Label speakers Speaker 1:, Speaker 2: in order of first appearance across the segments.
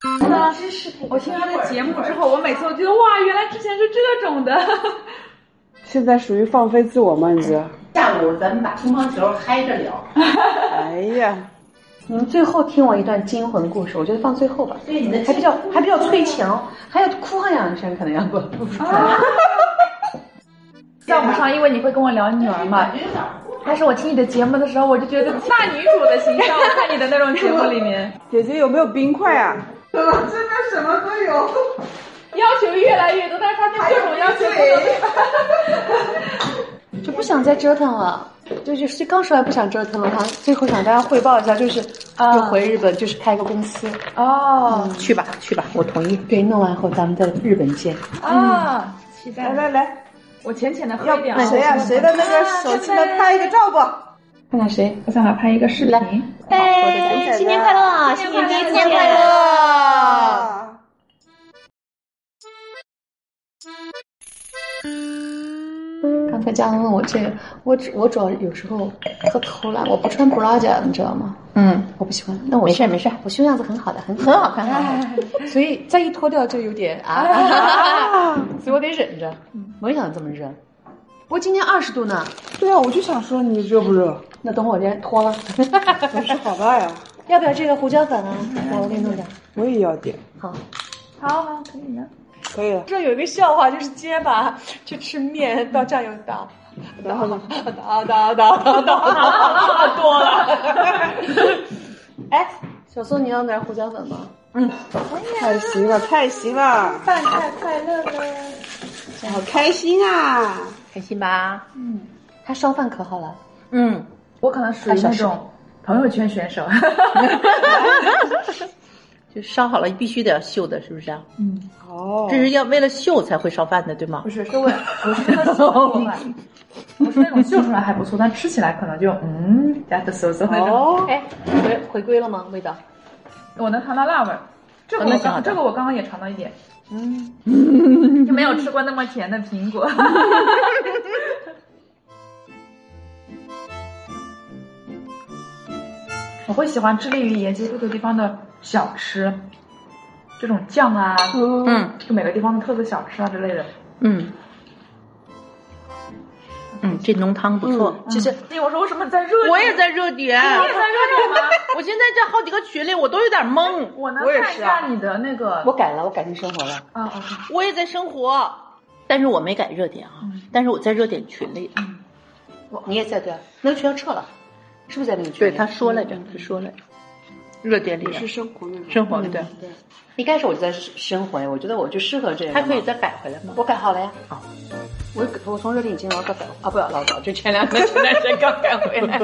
Speaker 1: 啊，真是
Speaker 2: 我听他的节目之后，我每次都觉得哇，原来之前是这种 的。
Speaker 3: 现在属于放飞自我吗？你觉得？
Speaker 4: 下午咱们把乒乓球嗨着聊。
Speaker 3: 哎呀，
Speaker 1: 你们最后听我一段惊魂故事，我觉得放最后吧，
Speaker 4: 对你的
Speaker 1: 还比较还比较催情，还要哭
Speaker 5: 啊
Speaker 1: 上两声，可能要不。
Speaker 4: 啊
Speaker 2: 在我们上，因为你会跟我聊女儿嘛。但是我听你的节目的时候，我就觉得大女主的形象，我看你的那种节目里面，
Speaker 3: 姐姐有没有冰块啊？
Speaker 6: 怎么真的什么都有？
Speaker 2: 要求越来越多，但是他对各种要求
Speaker 6: 还有冰
Speaker 1: 就不想再折腾了。就是最刚说完不想折腾了，哈，最后想大家汇报一下，就是
Speaker 2: 啊
Speaker 1: 就回日本，就是开个公司，
Speaker 2: 哦
Speaker 1: 去吧去吧，我同意。对，弄完后咱们在日本见。
Speaker 2: 啊，期待
Speaker 3: 来来来，
Speaker 2: 我浅浅的喝
Speaker 3: 要
Speaker 2: 一点啊
Speaker 3: 谁呀、谁的那个手机来拍一个照吧？
Speaker 1: 看看谁？
Speaker 2: 我想来拍一个视频。
Speaker 5: 哎，新年快乐，新年第一次见。
Speaker 3: 啊！
Speaker 1: 刚才嘉文问我这个，我只我主要有时候特偷懒，我不穿 bra 你知道吗？
Speaker 5: 嗯，
Speaker 1: 我不喜欢。那我
Speaker 5: 没事没事，
Speaker 1: 我胸样子很好的，很
Speaker 5: 很好看，很好看。
Speaker 1: 看，所以再一脱掉就有点啊，所以我得忍着。我也想这么热，不过今天二十度呢，
Speaker 3: 对啊，我就想说你热不热？
Speaker 1: 那等会儿我先脱了。
Speaker 3: 总是好大呀、
Speaker 1: 要不要这个胡椒粉啊？来，我给你弄点。
Speaker 3: 我也要点，
Speaker 1: 好，
Speaker 2: 好好，可以的。
Speaker 3: 可以了。
Speaker 1: 这有一个笑话，就是结巴去吃面到酱油打，
Speaker 3: 然后呢？
Speaker 1: 打打打打打多了。哎，小宋，你要点胡椒粉吗？
Speaker 3: 太行了，太行了！饭菜快乐了，好开心啊！
Speaker 5: 开心吧？
Speaker 1: 他烧饭可好了，
Speaker 5: 嗯，
Speaker 2: 嗯我可能属于那种朋友圈选手。
Speaker 5: 就烧好了，必须得要秀的，是不是啊？
Speaker 2: 嗯，
Speaker 3: 哦，
Speaker 5: 这是要为了秀才会烧饭的，对吗
Speaker 2: 不？是，是为我是 那种我是那种秀出来还不错，但吃起来可能就嗯，加的嗖嗖那种。
Speaker 3: 哦，
Speaker 1: 哎，回回归了吗？味道？
Speaker 2: 我能尝到辣味儿，这个
Speaker 5: 哦那
Speaker 2: 我
Speaker 5: 挺好
Speaker 2: 刚
Speaker 5: 的
Speaker 2: 这个我刚刚也尝到一点，嗯，没 有吃过那么甜的苹果。我会喜欢致力于研究各个地方的小吃，这种酱啊，
Speaker 5: 嗯
Speaker 2: 就每个地方的特色小吃啊之类的。
Speaker 5: 嗯嗯，这浓汤不错。
Speaker 1: 嗯
Speaker 2: 就是因为哎我说为什么在热
Speaker 4: 嗯
Speaker 2: 啊点，
Speaker 5: 我也在热点，
Speaker 2: 你也在热点吗？
Speaker 5: 我现在在好几个群里，我都有点懵。
Speaker 2: 我能
Speaker 3: 我也
Speaker 2: 看一
Speaker 3: 是啊
Speaker 2: 下你的那个
Speaker 1: 我改了，我改进生活了。
Speaker 2: 啊啊
Speaker 5: 我也在生活，但是我没改热点
Speaker 4: 嗯
Speaker 5: 啊，但是我在热点群里。
Speaker 1: 你也在对啊？那个群要撤了，是不是在那个群？
Speaker 5: 对，他说来着，
Speaker 4: 嗯
Speaker 5: 他说来着，热点里
Speaker 3: 是
Speaker 5: 啊
Speaker 3: 生活那种。
Speaker 5: 生活
Speaker 4: 嗯
Speaker 5: 里对，
Speaker 1: 一开始我就在生活，我觉得我就适合这样。
Speaker 5: 还可以再改回来吗？
Speaker 1: 我改好了呀。
Speaker 5: 好，
Speaker 1: 我我从热点已经老早改啊，不老早，就前两天前段时间刚改回来。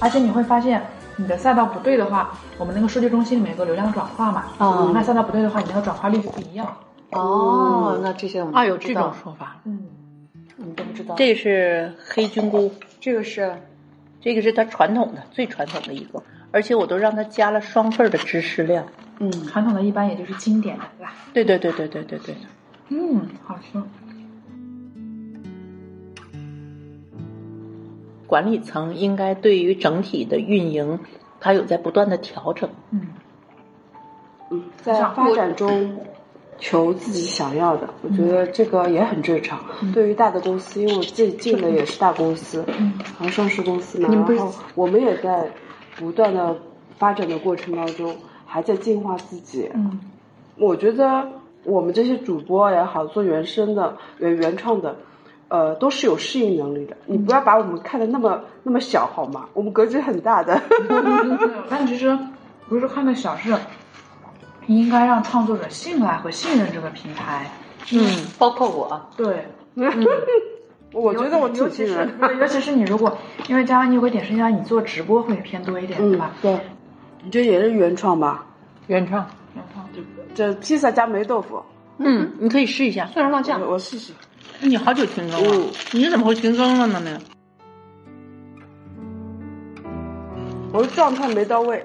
Speaker 2: 而且你会发现，你的赛道不对的话，我们那个数据中心里面有个流量转化嘛，
Speaker 3: 哦
Speaker 1: 啊
Speaker 2: 那赛道不对的话，你那个转化率就不一样。
Speaker 1: 哦，那这些我们
Speaker 5: 啊，有
Speaker 1: 不
Speaker 5: 这
Speaker 1: 知道
Speaker 5: 种，说法，
Speaker 2: 嗯，
Speaker 1: 我们都不知道。
Speaker 5: 这是黑菌菇，
Speaker 1: 这个是
Speaker 5: 这个是他传统的最传统的一个，而且我都让他加了双份儿的芝士量。
Speaker 1: 嗯，
Speaker 2: 传统的一般也就是经典的，对吧？
Speaker 5: 对对对对对对对，
Speaker 2: 嗯，好吃。
Speaker 5: 管理层应该对于整体的运营，它有在不断的调整。
Speaker 2: 嗯，
Speaker 3: 嗯，在发展中求自己想要的，我觉得这个也很正常。
Speaker 2: 嗯
Speaker 3: 对于大的公司，因为我自己进的也是大公司，
Speaker 2: 嗯
Speaker 3: 然后上市公司嘛，然后我们也在不断的发展的过程当中，还在进化自己。
Speaker 2: 嗯，
Speaker 3: 我觉得我们这些主播也好，做原生的、原原创的。呃，都是有适应能力的。你
Speaker 2: 嗯
Speaker 3: 不要把我们看得那么那么小，好吗？我们格局很大的。
Speaker 2: 但其实不是看的小事，应该让创作者信赖和信任这个平台。
Speaker 5: 嗯，
Speaker 1: 包括我，啊
Speaker 2: 对，
Speaker 3: 我觉得我
Speaker 2: 嗯尤
Speaker 3: 挺
Speaker 2: 其
Speaker 3: 信
Speaker 2: 是
Speaker 3: 任。
Speaker 2: 尤其是你如果因为嘉文，你有个点是要你做直播会偏多一点，嗯对吧？
Speaker 3: 对，你这也是原创吧？
Speaker 5: 原创。
Speaker 3: 嗯
Speaker 2: 然后
Speaker 3: 这披萨加梅豆腐，
Speaker 5: 嗯，你可以试一下。
Speaker 1: 蒜蓉辣酱
Speaker 3: 我我试试。
Speaker 5: 你好久停更了
Speaker 3: 嗯，
Speaker 5: 你怎么会停更了呢？呢？
Speaker 3: 我的状态没到位，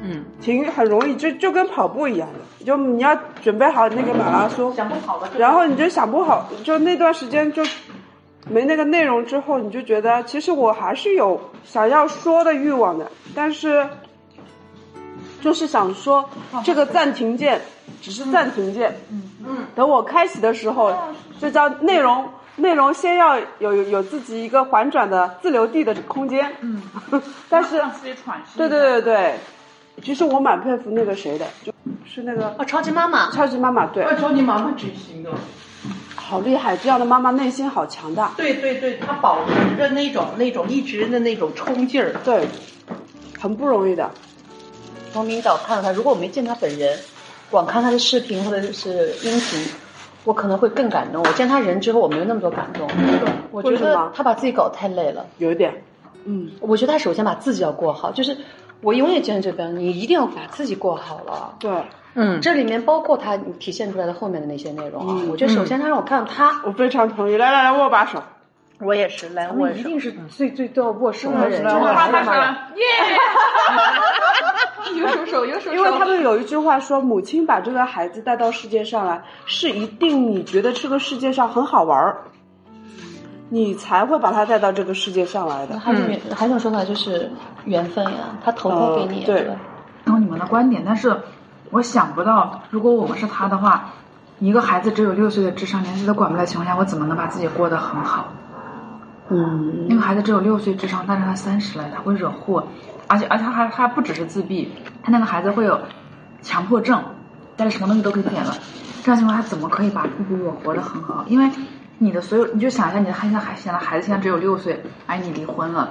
Speaker 5: 嗯，
Speaker 3: 停很容易，就就跟跑步一样的，就你要准备好那个马拉松，
Speaker 2: 不好了，
Speaker 3: 然后你就想不好，就那段时间就没那个内容之后，你就觉得其实我还是有想要说的欲望的，但是就是想说这个暂停键只是暂停键，啊嗯嗯，等我开启的时候，就叫内容内容先要有有有自己一个缓转的自留地的空间，嗯， 但是
Speaker 2: 让自己喘息。
Speaker 3: 对对对对，其实我蛮佩服那个谁的，就是那个
Speaker 1: 哦，超级妈妈，
Speaker 3: 超级妈妈，对，
Speaker 4: 要找你妈妈执行的。
Speaker 3: 好厉害，这样的妈妈内心好强大，
Speaker 4: 对对对，她保持着那种那种一直的那种冲劲儿。
Speaker 3: 对，很不容易的。
Speaker 1: 从明早看到他，如果我没见他本人，光看他的视频或者是音频，我可能会更感动。我见他人之后，我没有那么多感动。我觉
Speaker 3: 为什
Speaker 1: 得
Speaker 3: 么
Speaker 1: 他把自己搞得太累了。
Speaker 3: 有一点，嗯，
Speaker 1: 我觉得他首先把自己要过好，就是我永远见这边，你一定要把自己过好了。
Speaker 3: 对
Speaker 5: 嗯，
Speaker 1: 这里面包括他体现出来的后面的那些内容啊，
Speaker 3: 嗯
Speaker 1: 我觉得首先他让我看到他，
Speaker 3: 我非常同意。来来来，握把手。
Speaker 5: 我也是，来
Speaker 1: 他
Speaker 5: 握
Speaker 1: 们一
Speaker 5: 手。
Speaker 1: 定是最最都要握手的人，
Speaker 3: 嗯
Speaker 1: 真的
Speaker 3: 嗯
Speaker 2: 啪
Speaker 1: 是
Speaker 2: 啪
Speaker 1: 妈妈。
Speaker 2: 啪，耶！有手手，有手手，
Speaker 3: 因为他们有一句话说，母亲把这个孩子带到世界上来，是一定你觉得这个世界上很好玩儿，
Speaker 1: 嗯
Speaker 3: 你才会把他带到这个世界上来的。
Speaker 1: 还想还想说呢，就是缘分呀，他投靠给你，
Speaker 3: 呃对
Speaker 1: 吧？
Speaker 2: 然后你们的观点，但是我想不到，如果我是他的话，一个孩子只有六岁的智商，连自己都管不了的情况下，我怎么能把自己过得很好？
Speaker 1: 嗯，
Speaker 2: 那个孩子只有六岁智商，但是他三十了，他会惹祸，而且而且他还他不只是自闭，他那个孩子会有强迫症，家里什么东西都给点了，这样情况下怎么可以把比我活得很好？因为你的所有，你就想一下，你的孩子孩现在孩子现在只有六岁，哎，你离婚了，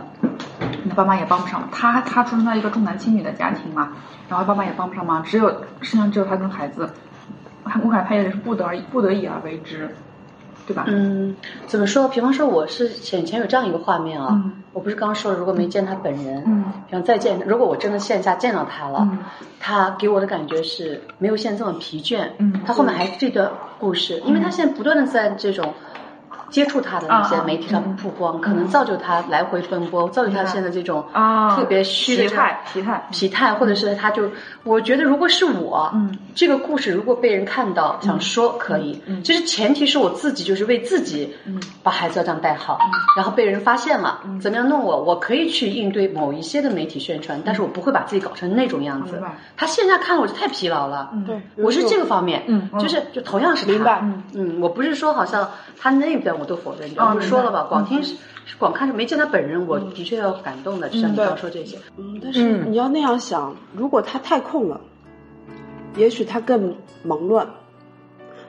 Speaker 2: 你的爸妈也帮不上，他他出生在一个重男轻女的家庭嘛，然后爸妈也帮不上忙，只有身上只有他跟孩子，他我感觉他也是不得而不得已而为之，对吧？
Speaker 1: 嗯，怎么说？比方说，我是以前有这样一个画面啊，
Speaker 2: 嗯
Speaker 1: 我不是刚刚说了，如果没见他本人，
Speaker 2: 嗯
Speaker 1: 比方再见，如果我真的线下见到他了，
Speaker 2: 嗯
Speaker 1: 他给我的感觉是没有现在这么疲倦，
Speaker 2: 嗯
Speaker 1: 他后面还是这段故事，因为他现在不断的在这种。接触他的那些
Speaker 2: 啊啊
Speaker 1: 媒体上曝光，可能造就他来回奔波，造就他现在这种
Speaker 2: 啊
Speaker 1: 特别虚的
Speaker 2: 疲
Speaker 1: 这种
Speaker 2: 态疲态
Speaker 1: 疲态，或者是他就，我觉得如果是我，
Speaker 2: 嗯，
Speaker 1: 这个故事如果被人看到，想说可以，
Speaker 2: 嗯嗯
Speaker 1: 就是前提是我自己就是为自己，
Speaker 2: 嗯，
Speaker 1: 把孩子要这样带好，然后被人发现了，怎么样弄我，我可以去应对某一些的媒体宣传，但是我不会把自己搞成那种样子
Speaker 2: 嗯明白。
Speaker 1: 他线下看了我就太疲劳了，
Speaker 2: 嗯
Speaker 3: 对，
Speaker 1: 我是这个方面，
Speaker 2: 嗯嗯
Speaker 1: 就是就同样是他，
Speaker 3: 明白
Speaker 1: 嗯嗯，我不是说好像他那边我都否认掉，
Speaker 2: 哦
Speaker 1: 我就说了
Speaker 2: 明
Speaker 1: 吧，
Speaker 2: 白嗯
Speaker 1: 光听是光看是没见他本人，我的确要感动的，就像你
Speaker 3: 对
Speaker 1: 刚刚说这些，
Speaker 3: 嗯，但是你要那样想，如果他太空了，也许他更忙乱。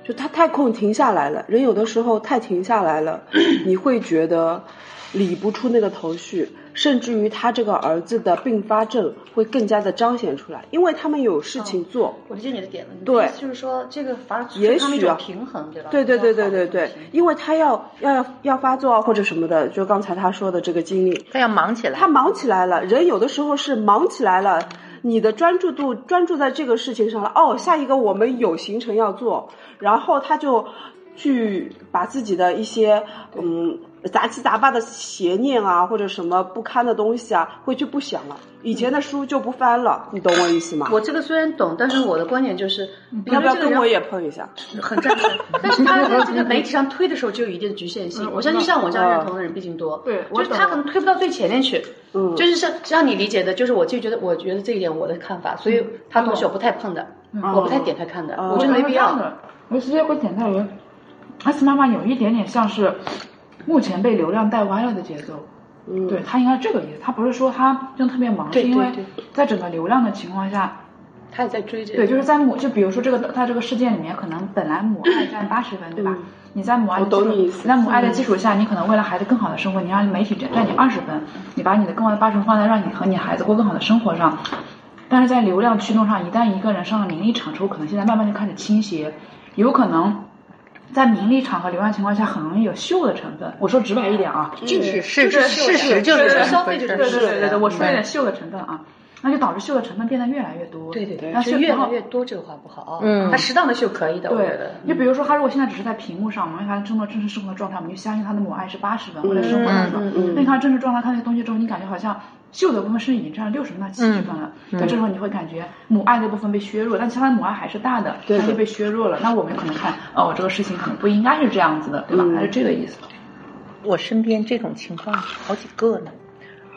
Speaker 3: 就他太空停下来了，人有的时候太停下来了，你会觉得理不出那个头绪，甚至于他这个儿子的并发症会更加的彰显出来，因为他们有事情做。
Speaker 1: 我理解你的点了，你的
Speaker 3: 对
Speaker 1: 意思就是说这个反而促
Speaker 3: 也
Speaker 1: 成他们一
Speaker 3: 许啊
Speaker 1: 种平衡，对吧？
Speaker 3: 对对对对对对
Speaker 1: 比较好的一种平衡，
Speaker 3: 因为他要要要发作啊或者什么的，就刚才他说的这个经历，
Speaker 5: 他要忙起来，
Speaker 3: 他忙起来了。人有的时候是忙起来了，你的专注度专注在这个事情上了。哦，下一个我们有行程要做，然后他就去把自己的一些嗯杂七杂八的邪念啊或者什么不堪的东西啊，会去不想了。以前的书就不翻了，你懂我意思吗？
Speaker 1: 我这个虽然懂，但是我的观点就是，
Speaker 2: 嗯
Speaker 3: 要不要
Speaker 1: 这个
Speaker 3: 跟
Speaker 1: 人
Speaker 3: 我也碰一下？
Speaker 1: 很 赞成，但是他在这个媒体上推的时候就有一定的局限性。我相信像我这样认同的人毕竟多，
Speaker 2: 嗯对我
Speaker 1: 就是他
Speaker 2: 懂
Speaker 1: 可能推不到最前面去。
Speaker 3: 嗯
Speaker 1: 就是像像你理解的，就是我就觉得，我觉得这一点我的看法，所以
Speaker 2: 嗯
Speaker 1: 他东西我不太碰的，我不太点开看的，
Speaker 3: 嗯
Speaker 1: 我觉得没必要。
Speaker 2: 的。我觉得观点在于，S 妈妈有一点点像是目前被流量带歪了的节奏。
Speaker 3: 嗯，
Speaker 2: 对他应该是这个意思，他不是说他真的特别忙，
Speaker 1: 对
Speaker 2: 是因为
Speaker 1: 对
Speaker 2: 在整个流量的情况下，
Speaker 1: 他也在追这个，
Speaker 2: 对，就是在母，就比如说这个在这个事件里面，可能本来母爱占八十分，对吧？你在母爱的基
Speaker 3: 我懂
Speaker 2: 础，
Speaker 3: 你意思
Speaker 2: 你在母爱的基础下，你可能为了孩子更好的生活，你让媒体占占你二十分，你把你的更好的八十分放在让你和你孩子过更好的生活上。但是在流量驱动上，一旦一个人上了名利场之后，可能现在慢慢就开始倾斜，有可能在名利场和流量情况下，很容易有秀的成分。我说直白一点啊，
Speaker 5: 是是是嗯事实就
Speaker 2: 对
Speaker 5: 是
Speaker 2: 对
Speaker 5: 这
Speaker 2: 对，
Speaker 5: 么
Speaker 2: 费
Speaker 5: 回事
Speaker 2: 对
Speaker 5: 儿。
Speaker 2: 对对对对，我说有点秀的成分啊，那就导致秀的成分变得越来越多。
Speaker 1: 对对对，
Speaker 2: 那
Speaker 1: 是
Speaker 2: 秀
Speaker 1: 越
Speaker 2: 然后
Speaker 1: 来越多这个话不好啊。
Speaker 5: 嗯
Speaker 1: 他适当的秀可以的，我觉
Speaker 2: 对
Speaker 1: 得。，
Speaker 3: 嗯
Speaker 2: 就比如说他如果现在只是在屏幕上，我们看他真的真实生活的状态，我们就相信他的母爱是八十分或者生活二十分。
Speaker 3: 嗯
Speaker 2: 那你看他真实状态看那些东西之后，你感觉好像秀的部分是已经占了六十分到七
Speaker 3: 嗯
Speaker 2: 十分了，那、这时候你会感觉母爱的部分被削弱，但其他的母爱还是大的，
Speaker 3: 对
Speaker 2: 它就被削弱了。那我们可能看哦，这个事情可能不应该是这样子的，对
Speaker 3: 嗯
Speaker 2: 吧？还是这个意思。
Speaker 5: 我身边这种情况好几个呢，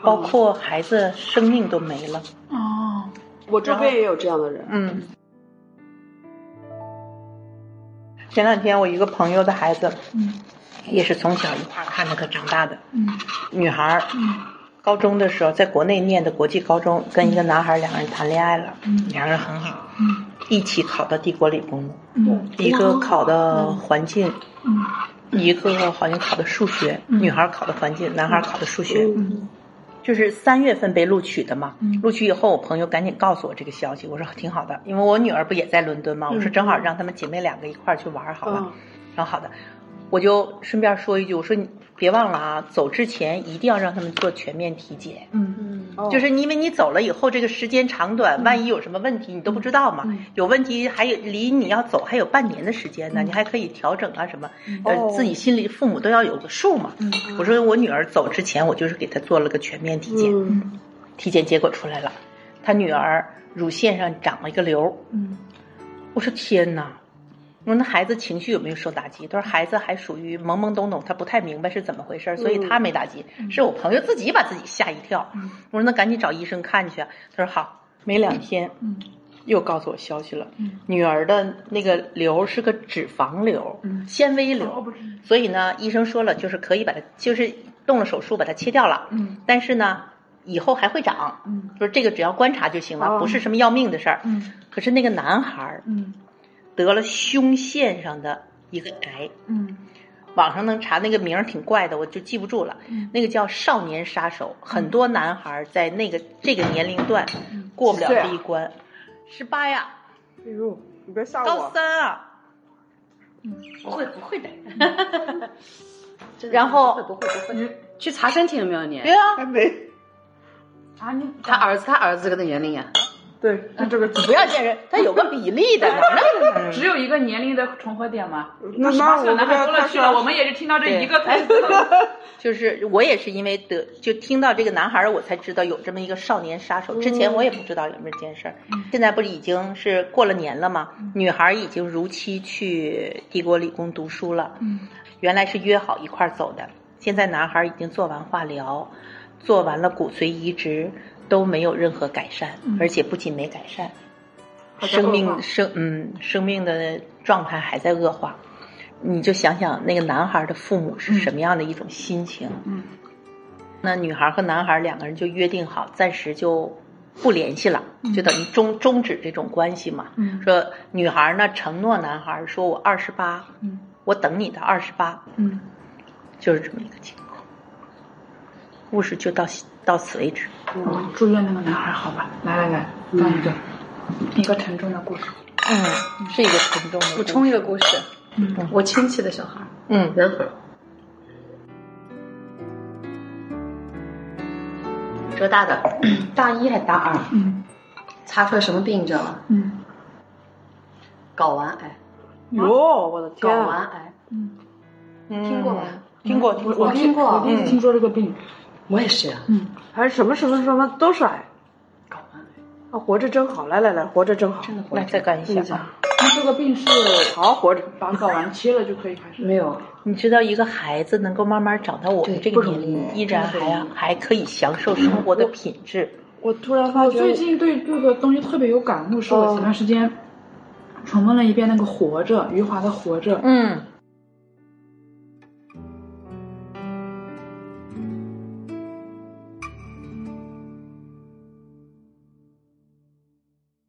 Speaker 5: 包括孩子生命都没了，
Speaker 2: 哦，
Speaker 3: 我周边也有这样的人，
Speaker 5: 嗯。前两天我一个朋友的孩子，
Speaker 2: 嗯
Speaker 5: 也是从小一块儿看着他长大的
Speaker 2: 嗯
Speaker 5: 女孩儿，
Speaker 2: 嗯
Speaker 5: 高中的时候在国内念的国际高中，跟一个男孩儿两个人谈恋爱了，
Speaker 2: 嗯
Speaker 5: 两个人很好，
Speaker 2: 嗯
Speaker 5: 一起考到帝国理工的，
Speaker 2: 嗯
Speaker 5: 一个考的环境，
Speaker 2: 嗯
Speaker 5: 一个好像考的数学，
Speaker 2: 嗯
Speaker 5: 女孩儿考的环境，男孩儿考的数学，
Speaker 3: 嗯
Speaker 5: 就是三月份被录取的嘛。
Speaker 2: 嗯
Speaker 5: 录取以后，我朋友赶紧告诉我这个消息，我说挺好的，因为我女儿不也在伦敦嘛，我说正好让她们姐妹两个一块儿去玩儿好吧
Speaker 3: 嗯，
Speaker 5: 然后好的，我就顺便说一句，我说你别忘了啊，走之前一定要让他们做全面体检。
Speaker 2: 嗯
Speaker 3: 哦嗯
Speaker 5: 就是因为你走了以后，这个时间长短，万一有什么问题，你都不知道嘛。有问题还有离你要走还有半年的时间
Speaker 3: 嗯
Speaker 5: 呢，你还可以调整啊什么，呃，
Speaker 3: 哦
Speaker 5: 自己心里父母都要有个数
Speaker 2: 嗯
Speaker 5: 嘛。我说我女儿走之前，我就是给她做了个全面体检，
Speaker 3: 嗯
Speaker 5: 体检结果出来了，她女儿乳腺上长了一个瘤。
Speaker 2: 嗯
Speaker 5: 我说天哪！我说那孩子情绪有没有受打击？他说孩子还属于懵懵懂懂，他不太明白是怎么回事儿，所以他没打击，是我朋友自己把自己吓一跳。
Speaker 2: 嗯
Speaker 5: 我说那赶紧找医生看去啊。他说好。没两天
Speaker 2: 嗯
Speaker 5: 又告诉我消息了，
Speaker 2: 嗯
Speaker 5: 女儿的那个瘤是个脂肪瘤，
Speaker 2: 嗯
Speaker 5: 纤维
Speaker 2: 哦
Speaker 5: 瘤
Speaker 2: 不是，
Speaker 5: 嗯所以呢，医生说了就是可以把它，就是动了手术把它切掉了，
Speaker 2: 嗯
Speaker 5: 但是呢，以后还会长，
Speaker 2: 嗯
Speaker 5: 说这个只要观察就行了，
Speaker 3: 哦
Speaker 5: 不是什么要命的事儿。
Speaker 2: 嗯
Speaker 5: 可是那个男孩儿
Speaker 2: 嗯
Speaker 5: 得了胸腺上的一个癌，
Speaker 2: 嗯
Speaker 5: 网上能查那个名儿挺怪的，我就记不住了。
Speaker 2: 嗯
Speaker 5: 那个叫少年杀手，很多男孩儿在那个这个年龄段过不了
Speaker 3: 几岁
Speaker 5: 这
Speaker 3: 啊
Speaker 5: 一关。十八呀，
Speaker 3: 哎呦，你别吓
Speaker 5: 高
Speaker 3: 我！
Speaker 5: 三啊，
Speaker 2: 嗯
Speaker 5: 不会不会的。
Speaker 1: 嗯 真的
Speaker 5: 然后
Speaker 1: 不会不会不会，去查身体了没有你
Speaker 5: 对？啊，
Speaker 3: 还没
Speaker 2: 啊你
Speaker 1: 他儿子他儿子跟他年龄啊，
Speaker 3: 对，就这个
Speaker 5: 不要见人，他有个比例 的，哪那
Speaker 2: 只有一个年龄的重合点吗？
Speaker 3: 那那
Speaker 2: 八岁
Speaker 3: 我
Speaker 2: 男
Speaker 3: 不知
Speaker 2: 孩
Speaker 3: 道
Speaker 2: 多了
Speaker 3: 他
Speaker 2: 去
Speaker 3: 是
Speaker 2: 了，
Speaker 3: 要
Speaker 2: 我们也是听到这一个开始。
Speaker 5: 就是我也是因为得就听到这个男孩儿，我才知道有这么一个少年杀手。之前我也不知道有这件事儿，
Speaker 2: 嗯
Speaker 5: 现在不是已经是过了年了吗？女孩儿已经如期去帝国理工读书了，
Speaker 2: 嗯
Speaker 5: 原来是约好一块儿走的，现在男孩儿已经做完化疗，做完了骨髓移植，都没有任何改善，
Speaker 2: 嗯
Speaker 5: 而且不仅没改善，
Speaker 3: 还在
Speaker 5: 生
Speaker 3: 恶化
Speaker 5: 命生嗯生命的状态还在恶化。你就想想那个男孩儿的父母是什么样的一种心情。
Speaker 2: 嗯
Speaker 5: 那女孩和男孩两个人就约定好，暂时就不联系了，
Speaker 1: 嗯
Speaker 5: 就等于终终止这种关系嘛。
Speaker 2: 嗯
Speaker 5: 说女孩呢承诺男孩说：“我二十八，
Speaker 2: 嗯
Speaker 5: 我等你到二十八。
Speaker 2: 嗯”
Speaker 5: 就是这么一个情况。故事就到到此为止。
Speaker 2: 我嗯祝愿那个男孩好吧。来来来，当一个一个沉重的故事。
Speaker 5: 嗯，是一个沉重的故事
Speaker 1: 补充一个故事，
Speaker 2: 嗯
Speaker 1: 我亲戚的小孩儿，
Speaker 5: 嗯
Speaker 1: 人很。浙大的 大一还大二，
Speaker 2: 嗯
Speaker 1: 查出来什么病你知道吗？
Speaker 2: 嗯
Speaker 1: 睾丸癌，
Speaker 3: 哟，我的天
Speaker 1: 睾
Speaker 3: 啊！
Speaker 1: 丸癌，
Speaker 2: 嗯，
Speaker 1: 听过吧？
Speaker 5: 听过听
Speaker 2: 我
Speaker 5: 过
Speaker 2: 我
Speaker 1: 我听过
Speaker 2: 我第一次听说这个病。
Speaker 1: 我也是呀、啊
Speaker 2: 嗯
Speaker 3: 还是什么什么什么都是癌
Speaker 1: 睾丸癌，
Speaker 3: 啊！活着真好，来来来，活着真好，
Speaker 1: 真的活
Speaker 5: 来
Speaker 1: 着
Speaker 5: 再啊干一下吧。
Speaker 2: 那这个病是
Speaker 3: 好好活着。
Speaker 2: 把睾丸切了就可以开始。
Speaker 1: 没有，
Speaker 5: 你知道一个孩子能够慢慢长到我们
Speaker 1: 对
Speaker 5: 这
Speaker 1: 不
Speaker 5: 个
Speaker 1: 容
Speaker 5: 年
Speaker 1: 易
Speaker 5: 龄，依然
Speaker 1: 真的不容
Speaker 5: 还还可以享受生活的品质。
Speaker 3: 我突然发
Speaker 2: 我
Speaker 3: 觉我，
Speaker 2: 最近对这个东西特别有感悟，是我前段时间重温了一遍那个《活着》，余华的《活着》。
Speaker 5: 嗯